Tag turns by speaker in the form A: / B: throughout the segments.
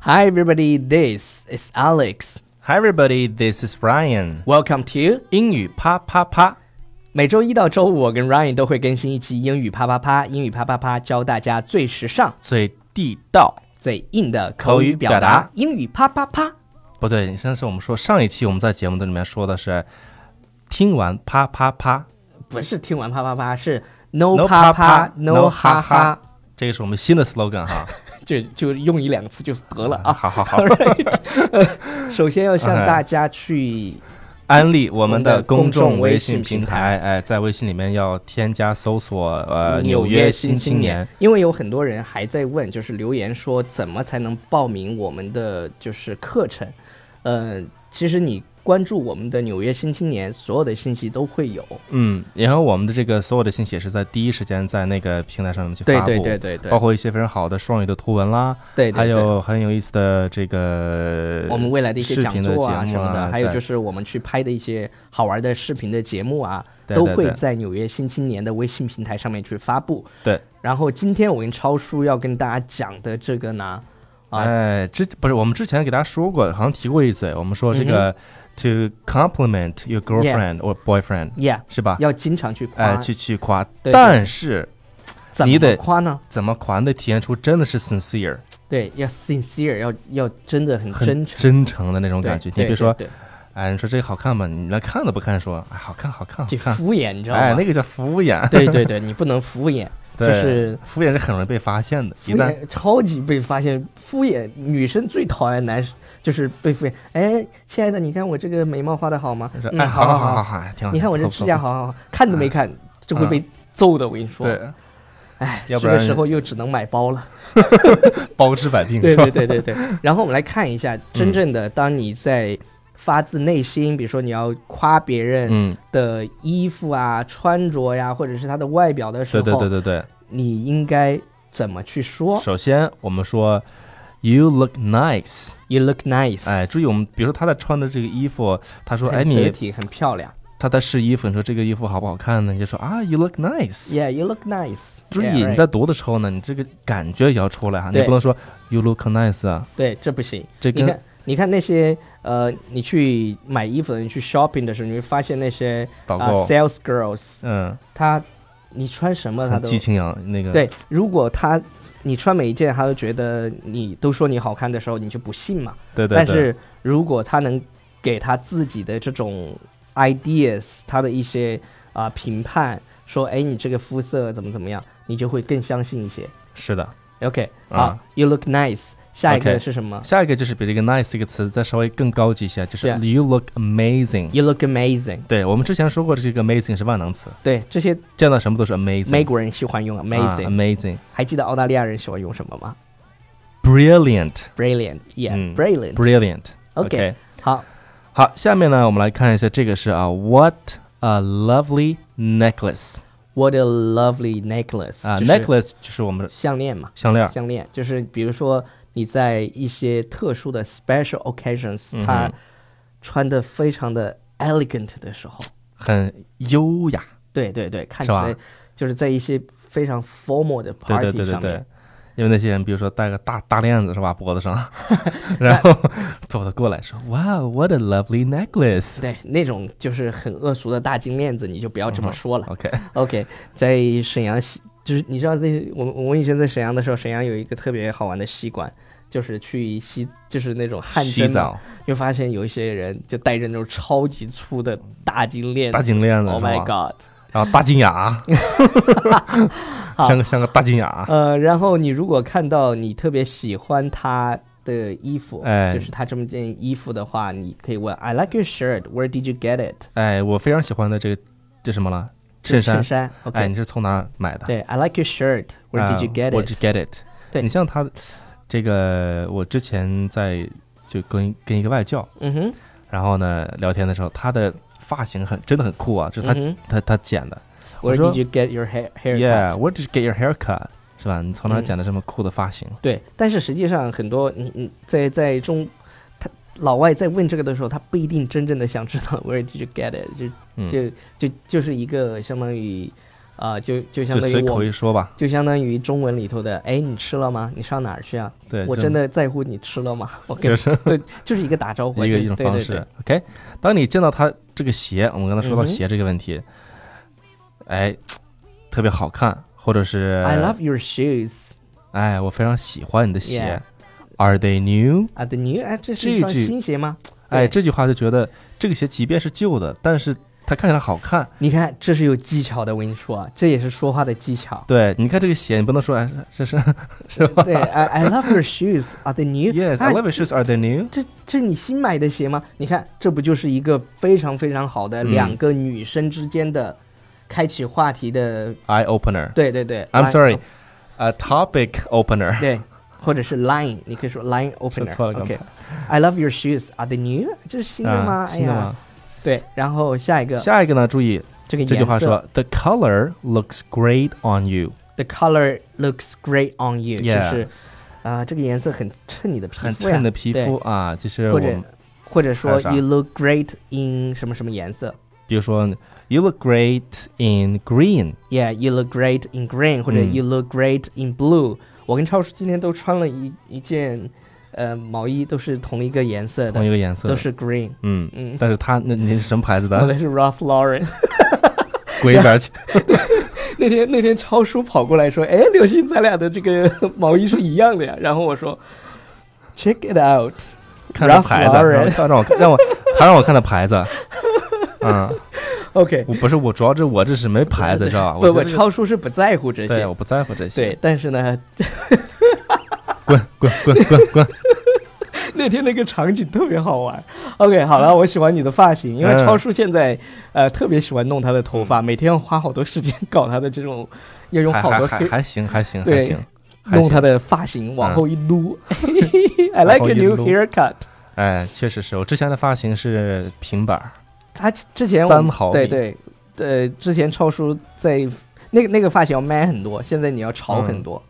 A: Hi, everybody. This is Alex.
B: Hi everybody, this is Ryan.
A: Welcome to
B: 英语啪啪啪。
A: 每周一到周五，我跟 Ryan 都会更新一期英语啪啪啪。英语啪啪啪教大家最时尚、
B: 最地道，
A: 最硬的
B: 口
A: 口
B: 语
A: 语表达。
B: 表达
A: 英语啪啪啪。
B: 不对，上次我们说上一期我们在节目的里面说的是，听完啪啪啪，
A: 不是听完啪啪啪，是 no
B: No
A: 啪
B: 啪
A: 啪
B: 啪
A: no 哈
B: 哈
A: 哈，
B: 这个是我们新的 slogan 哈。
A: 就就用一两次就得了 啊。
B: 好好好，
A: 首先要向
B: OK
A: 大家去
B: 安利我们的公
A: 公
B: 众
A: 众
B: 微
A: 微
B: 信
A: 信
B: 平
A: 平
B: 台，哎，在微信里面要添加搜索
A: 嗯
B: 呃
A: 纽
B: 约
A: 新
B: 青
A: 年，，因为有很多人还在问，就是留言说怎么才能报名我们的就是课程？呃，其实你关注我们的纽约新青年，所有的信息都会有。
B: 嗯，然后我们的这个所有的信息也是在第一时间在那个平台上面去
A: 对
B: 发布，
A: 对对对对
B: 包括一些非常好的双语的图文啦，
A: 对对对
B: 还有很有意思的这个
A: 我们未来的一些
B: 视
A: 讲
B: 频的
A: 座啊
B: 节目
A: 什
B: 啊
A: 么的，还有
B: 对
A: 就是我们去拍的一些好玩的视频的节目啊，
B: 对
A: 都
B: 对
A: 会
B: 对
A: 在纽约新青年的微信平台上面去发布。
B: 对，
A: 然后今天我跟超叔要跟大家讲的这个呢，啊
B: 哎，之不是我们之前给大家说过，好像提过一嘴，我们说这
A: 嗯
B: 个、to compliment your girlfriend or boyfriend
A: ，yeah，
B: 是吧？
A: 要经常去夸，
B: 哎，啊去去夸，
A: 对
B: 但是
A: 怎
B: 你
A: 么
B: 得
A: 夸呢？
B: 怎么夸你得体现出真的是 sincere，
A: 对，要 sincere，要要真的很
B: 很
A: 真诚。
B: 真诚的那种
A: 对
B: 感觉。你
A: 对
B: 比如说，
A: 对对
B: 哎，你说这个好看吗？你连看都不看，说哎好看好看好
A: 就
B: 看，
A: 敷衍，你知道吗？
B: 哎，那个叫敷衍，
A: 对对对，你不能敷衍，就
B: 对
A: 是
B: 敷衍是很容易被发现的。
A: 敷
B: 一旦
A: 衍超级被发现，敷衍女生最讨厌男生就是被敷衍。哎，亲爱的，你看我这个眉毛画的好吗
B: 他说？
A: 嗯，
B: 哎，
A: 好
B: 好好
A: 好
B: 好，好，哎挺好。
A: 你看我这
B: 不
A: 指甲，
B: 不
A: 好好好，看都没看就会被揍的。我跟你
B: 不
A: 说，
B: 对，
A: 哎，
B: 要
A: 这
B: 不然
A: 个时候又只能买包了。
B: 包治百病。
A: 对
B: 是吧
A: 对对对对。然后我们来看一下，真正的当你在发自内心，比如说你要夸别人，
B: 嗯，
A: 的衣服啊、穿着呀，或者是他的外表的时
B: 对
A: 候，
B: 对对对对。
A: 你应该怎么去说
B: 首先，我们说 you look nice，
A: ？You look nice，
B: 哎，，注意我们，比如说他在穿的这个衣服，他说，哎，
A: 很得
B: 你
A: 体，很漂亮。
B: 他在试衣服，你说这个衣服好不好看呢？你就说啊，you look nice。
A: Yeah，you look nice。
B: 注意
A: Yeah，right
B: 你在读的时候呢，你这个感觉也要出来哈，你
A: 对
B: 不能说 you look nice 啊，
A: 对，这不行。
B: 这
A: 你
B: 跟
A: 看，你看那些呃，你去买衣服的，你去 shopping 的时候，你会发现那些
B: 导
A: 啊、
B: 购
A: sales girls，
B: 嗯，
A: 她你穿什么她
B: 很
A: 都
B: 激情洋那个，
A: 对。如果她你穿每一件，她都觉得你都说你好看的时候，你就不信嘛。
B: 对对
A: 但
B: 对，
A: 是如果他能给他自己的这种 ideas，他的一些啊、评判，说，哎，你这个肤色怎么怎么样，你就会更相信一些。
B: 是的。
A: OK，好、
B: 啊
A: y o u look nice。下一
B: OK
A: 个是什么
B: 下一个就是比这个 nice 这个词再稍微更高级一些，就是
A: Yeah
B: you look amazing。
A: y o u look amazing。
B: 对我们之前说过，这个 amazing 是万能词，
A: 对，这些
B: 见到什么都是 amazing。
A: 美国人喜欢用 amazing，、
B: 啊 amazing
A: 还记得澳大利亚人喜欢用什么吗
B: brilliant
A: ？Brilliant，yeah，brilliant、
B: 嗯 brilliant。
A: OK 好
B: 好，下面呢，我们来看一下这个是啊，What a lovely necklace
A: ，What a lovely necklace
B: 啊
A: 就是
B: ，necklace 就是我们的
A: 项链嘛。
B: 项链儿，
A: 项链，就是比如说你在一些特殊的 special occasions，、
B: 嗯
A: 他
B: 哼
A: 穿的非常的 elegant 的时候，
B: 很优雅。
A: 对对对，看
B: 是
A: 起
B: 吧
A: 来就是在一些非常 formal 的
B: 对
A: party
B: 对对对
A: 上面，
B: 对，因为那些人，比如说戴个大大链子是吧，脖 子上，然后走的过来说，哇，What a lovely necklace。
A: 对那种就是很恶俗的大金链子，你就不要这
B: 嗯
A: 么说了。
B: OK，
A: OK，在沈阳西，就是你知道那我们我们以前在沈阳的时候，沈阳有一个特别好玩的习惯。就是去洗，就是那种汗
B: 洗
A: 蒸啊嘛，
B: 澡，
A: 就发现有一些人就戴着那种超级粗的大金链子
B: 大，金链子
A: Oh
B: 是
A: my
B: 吧
A: god！
B: 然后大 金牙，像个像个大金牙，
A: 呃，然后你如果看到你特别喜欢他的衣服，
B: 哎
A: 就是他这么件衣服的话，你可以问 I like your shirt. Where did you get it？
B: 哎，我非常喜欢的这个这什么了，
A: 这
B: 衬
A: 是衬
B: 衫，
A: 衫。OK，、
B: 哎，你是从哪儿买的？
A: 对，I like your shirt. Where did you get
B: w h e r
A: it？、
B: did you get it？
A: 对
B: 你像他这个，我之前在就跟跟一个外教，
A: 嗯哼，
B: 然后呢聊天的时候，他的发型很真的很酷啊，就是他、
A: 嗯
B: 他他剪的。
A: 哼，Where
B: 我说
A: did you get your hair hair？
B: Yeah，where did you get your haircut？是吧？你从哪儿
A: 嗯
B: 剪的这么酷的发型？
A: 对，但是实际上很多你你在在中，他老外在问这个的时候，他不一 定真正的想知道 Where did you get it？就
B: 嗯，
A: 就就就是一个相当于啊、就就相
B: 就
A: 当于
B: 随
A: 我
B: 口一说吧。
A: 就相当于中文里头的，哎，你吃了吗？你上哪儿去啊？
B: 对，
A: 我
B: 就
A: 真的在乎你吃 了吗？我跟
B: 就
A: 你
B: 是
A: 对，就是一个打招呼，
B: 一
A: 就
B: 个
A: 是
B: 一种
A: 对对
B: 方
A: 对
B: 式。OK，当你见到他这个鞋，我们刚才说到
A: 嗯哼
B: 鞋这个问题，哎，特别好看，或者是
A: I love your shoes.
B: 哎，我非常喜欢你的鞋
A: Yeah.
B: ，Are they new？
A: 啊，对，你哎，这是
B: 这
A: 一
B: 一
A: 双
B: 句
A: 新鞋吗？
B: 哎，
A: 对
B: 这句话就觉得这个鞋即便是旧的，但是它看起来好看。。
A: 你看，这是有技巧的。我跟你说，啊这也是说话的技巧
B: 对，你看这个鞋，你不能说哎，这是 是吧
A: 对，I I love your shoes. Are they new?
B: ？Yes,
A: 啊
B: I love your shoes. Are they new？
A: 这这你新买的鞋吗？你看，这不就是一个非常非常好的
B: 嗯
A: 两个女生之间的开启话题的，
B: Eye opener.
A: 对对对。
B: I'm
A: line-
B: sorry, a topic opener.
A: 对，或者是 line，你可以说 line
B: 说
A: opener。
B: 错了刚才
A: OK。I love your shoes. Are they new? 这是 新的吗？
B: 啊
A: 哎
B: 新的
A: 呀
B: 吗，？
A: 对。然后下一个，
B: 下一个呢？注意，
A: 这个
B: 这句话
A: 颜色
B: 说：“The color looks great on you。
A: The color looks great on you，、
B: Yeah
A: 就是啊、这个颜色很衬你的”皮肤呀，
B: 很衬你的皮
A: 对
B: 肤，啊，就是我
A: 或者
B: 们，
A: 或者
B: 还
A: 说
B: 有啥
A: you look great in 什么什么颜色
B: 比如说，You look great in green。
A: ，Yeah，you look great in green，或者
B: 嗯
A: you look great in blue、我跟超叔今天都穿了一一件呃毛衣，都是同一个颜色
B: 同
A: 的，
B: 一个颜色
A: 都
B: 的，
A: 是 green。
B: 嗯，
A: 嗯，
B: 但是他那你是什么牌子
A: 我
B: 的？
A: 的是 Ralph Lauren。
B: 滚一 边去！
A: 那天那天超叔跑过来说：“哎，刘鑫，咱俩的这个 毛衣是一样的呀。”然后我说：“Check it out。
B: 看这牌子，
A: Ralph
B: 让他让我让我他让我看的牌子， 嗯，”
A: OK，
B: 我不是我，主要是我这是没牌 子，知道吧？
A: 不
B: 觉
A: 不，
B: 得这
A: 超叔是不在乎这些
B: 对，。我不在乎这些
A: 对，，但是呢，
B: 滚 滚滚滚滚！
A: 那天那个场景特别好玩。OK，好了，我喜欢你的发型，因为
B: 嗯
A: 超叔现在呃特别喜欢弄他的头发，每天要花好多时间搞他的这种， 要用
B: 还
A: 好
B: 还
A: 多
B: 还还行还行还
A: 对
B: 行，还
A: 弄他
B: 行，
A: 的发型往
B: 嗯
A: 后一撸。I like
B: 往后
A: a
B: 一
A: new
B: 撸
A: haircut。
B: 哎，确实是我之前的发型是平板儿，
A: 他之前我
B: 三毫米
A: 对对对，之前超叔在那个那个发型要 man 很多，现在你要潮很
B: 嗯
A: 多。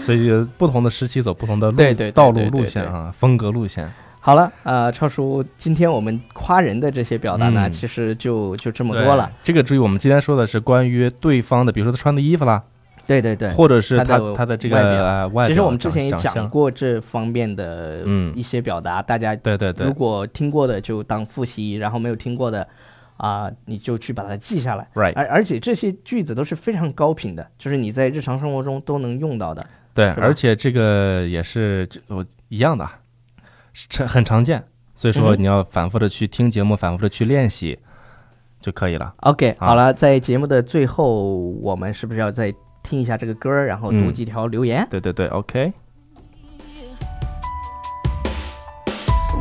B: 所以不同的时期走不同的路
A: 对对对
B: 道路
A: 对对
B: 路线啊，风格路线。
A: 好了，呃，超叔，今天我们夸人的这些表达呢，
B: 嗯
A: 其实就就这么多了。
B: 对。这个注意，我们今天说的是关于对方的，比如说他穿的衣服啦，
A: 对对对，
B: 或者是
A: 他
B: 他
A: 的
B: 的这
A: 外表
B: 个呃外表。
A: 其实我们之前也
B: 长相
A: 讲，过这方面的
B: 嗯
A: 一些表达，大家
B: 对对
A: 如
B: 对
A: 果听过的就当复习，然后没有听过的啊、你就去把它记下来。
B: ，right，
A: 而而且这些句子都是非常高频的，就是你在日常生活中都能用到的。
B: 对，
A: 是吧
B: 而且这个也是就我一样的啊，是常很常见，所以
A: 嗯
B: 说
A: 哼
B: 你要反复的去听节目，反复的去练习就可以了。
A: OK，
B: 好
A: 好了，在节目的最后，我们是不是要再听一下这个歌儿，然后读
B: 嗯
A: 几条留言？
B: 对对对，OK，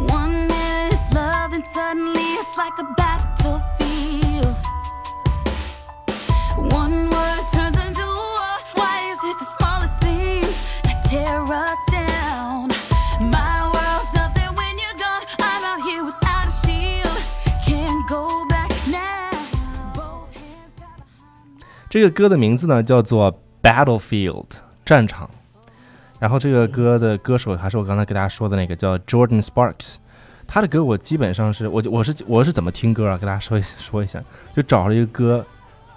C: One minute it's love, and suddenly it's like a battlefield. One word turns into a war. Why is it the smallest things that tear us down? My world's nothing when you're gone. I'm out here without a shield. Can't go back now. Both hands tied behind.
B: 这个歌的名字呢叫做《Battlefield》战场，然后这个歌的歌手还是我刚才给大家说的那个叫 Jordan Sparks，他的歌我基本上是我我是我是怎么听歌啊？给大家说一说一下，就找了一个歌，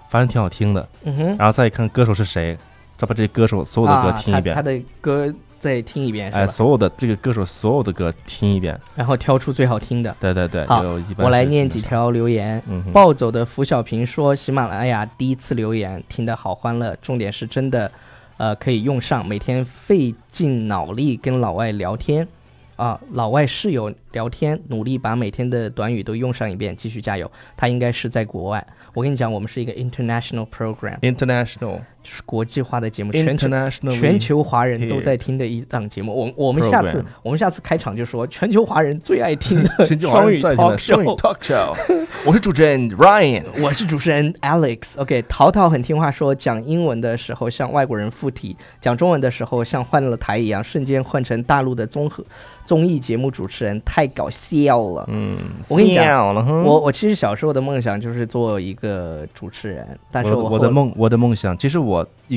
B: 反正挺好听的，
A: 嗯哼，
B: 然后再看歌手是谁，再把这歌手所有的歌听一遍
A: 啊、他他，的歌再听一遍是吧？
B: 哎，所有的这个歌手所有的歌听一遍，
A: 然后挑出最好听的。
B: 对对对，
A: 好
B: 有一般
A: 我来
B: 是
A: 念
B: 这
A: 几
B: 么
A: 条留言。
B: 上，嗯哼，
A: 暴走的拂小平说：“喜马拉雅第一次留言，听得好欢乐，重点是真的，呃，可以用上，每天费尽脑力跟老外聊天，啊，老外室友聊天，努力把每天的短语都用上一遍，继续加油。他应该是在国外，我跟你讲，我们是一个 international program，
B: international
A: 就是国际化的节目，全球
B: international
A: 全球华人都
B: here
A: 在听的一档节目。我我们下次
B: program
A: 我们下次开场就说全球华人最爱听 的
B: 全球华
A: 双
B: 人
A: 语
B: 最爱听
A: talk
B: 的双语
A: show。”
B: talk show，我是主持人 Ryan。
A: 我是主持人 Alex。OK，淘淘很听话说，讲英文的时候像外国人附体，讲中文的时候像换了台一样，瞬间换成大陆的综合综艺节目主持人，太搞笑了。
B: 嗯，
A: 我跟你讲
B: 笑了哼，
A: 我我其实小时候的梦想就是做一个主持人，但是
B: 我的我
A: 后
B: 的梦我的梦想，其实我一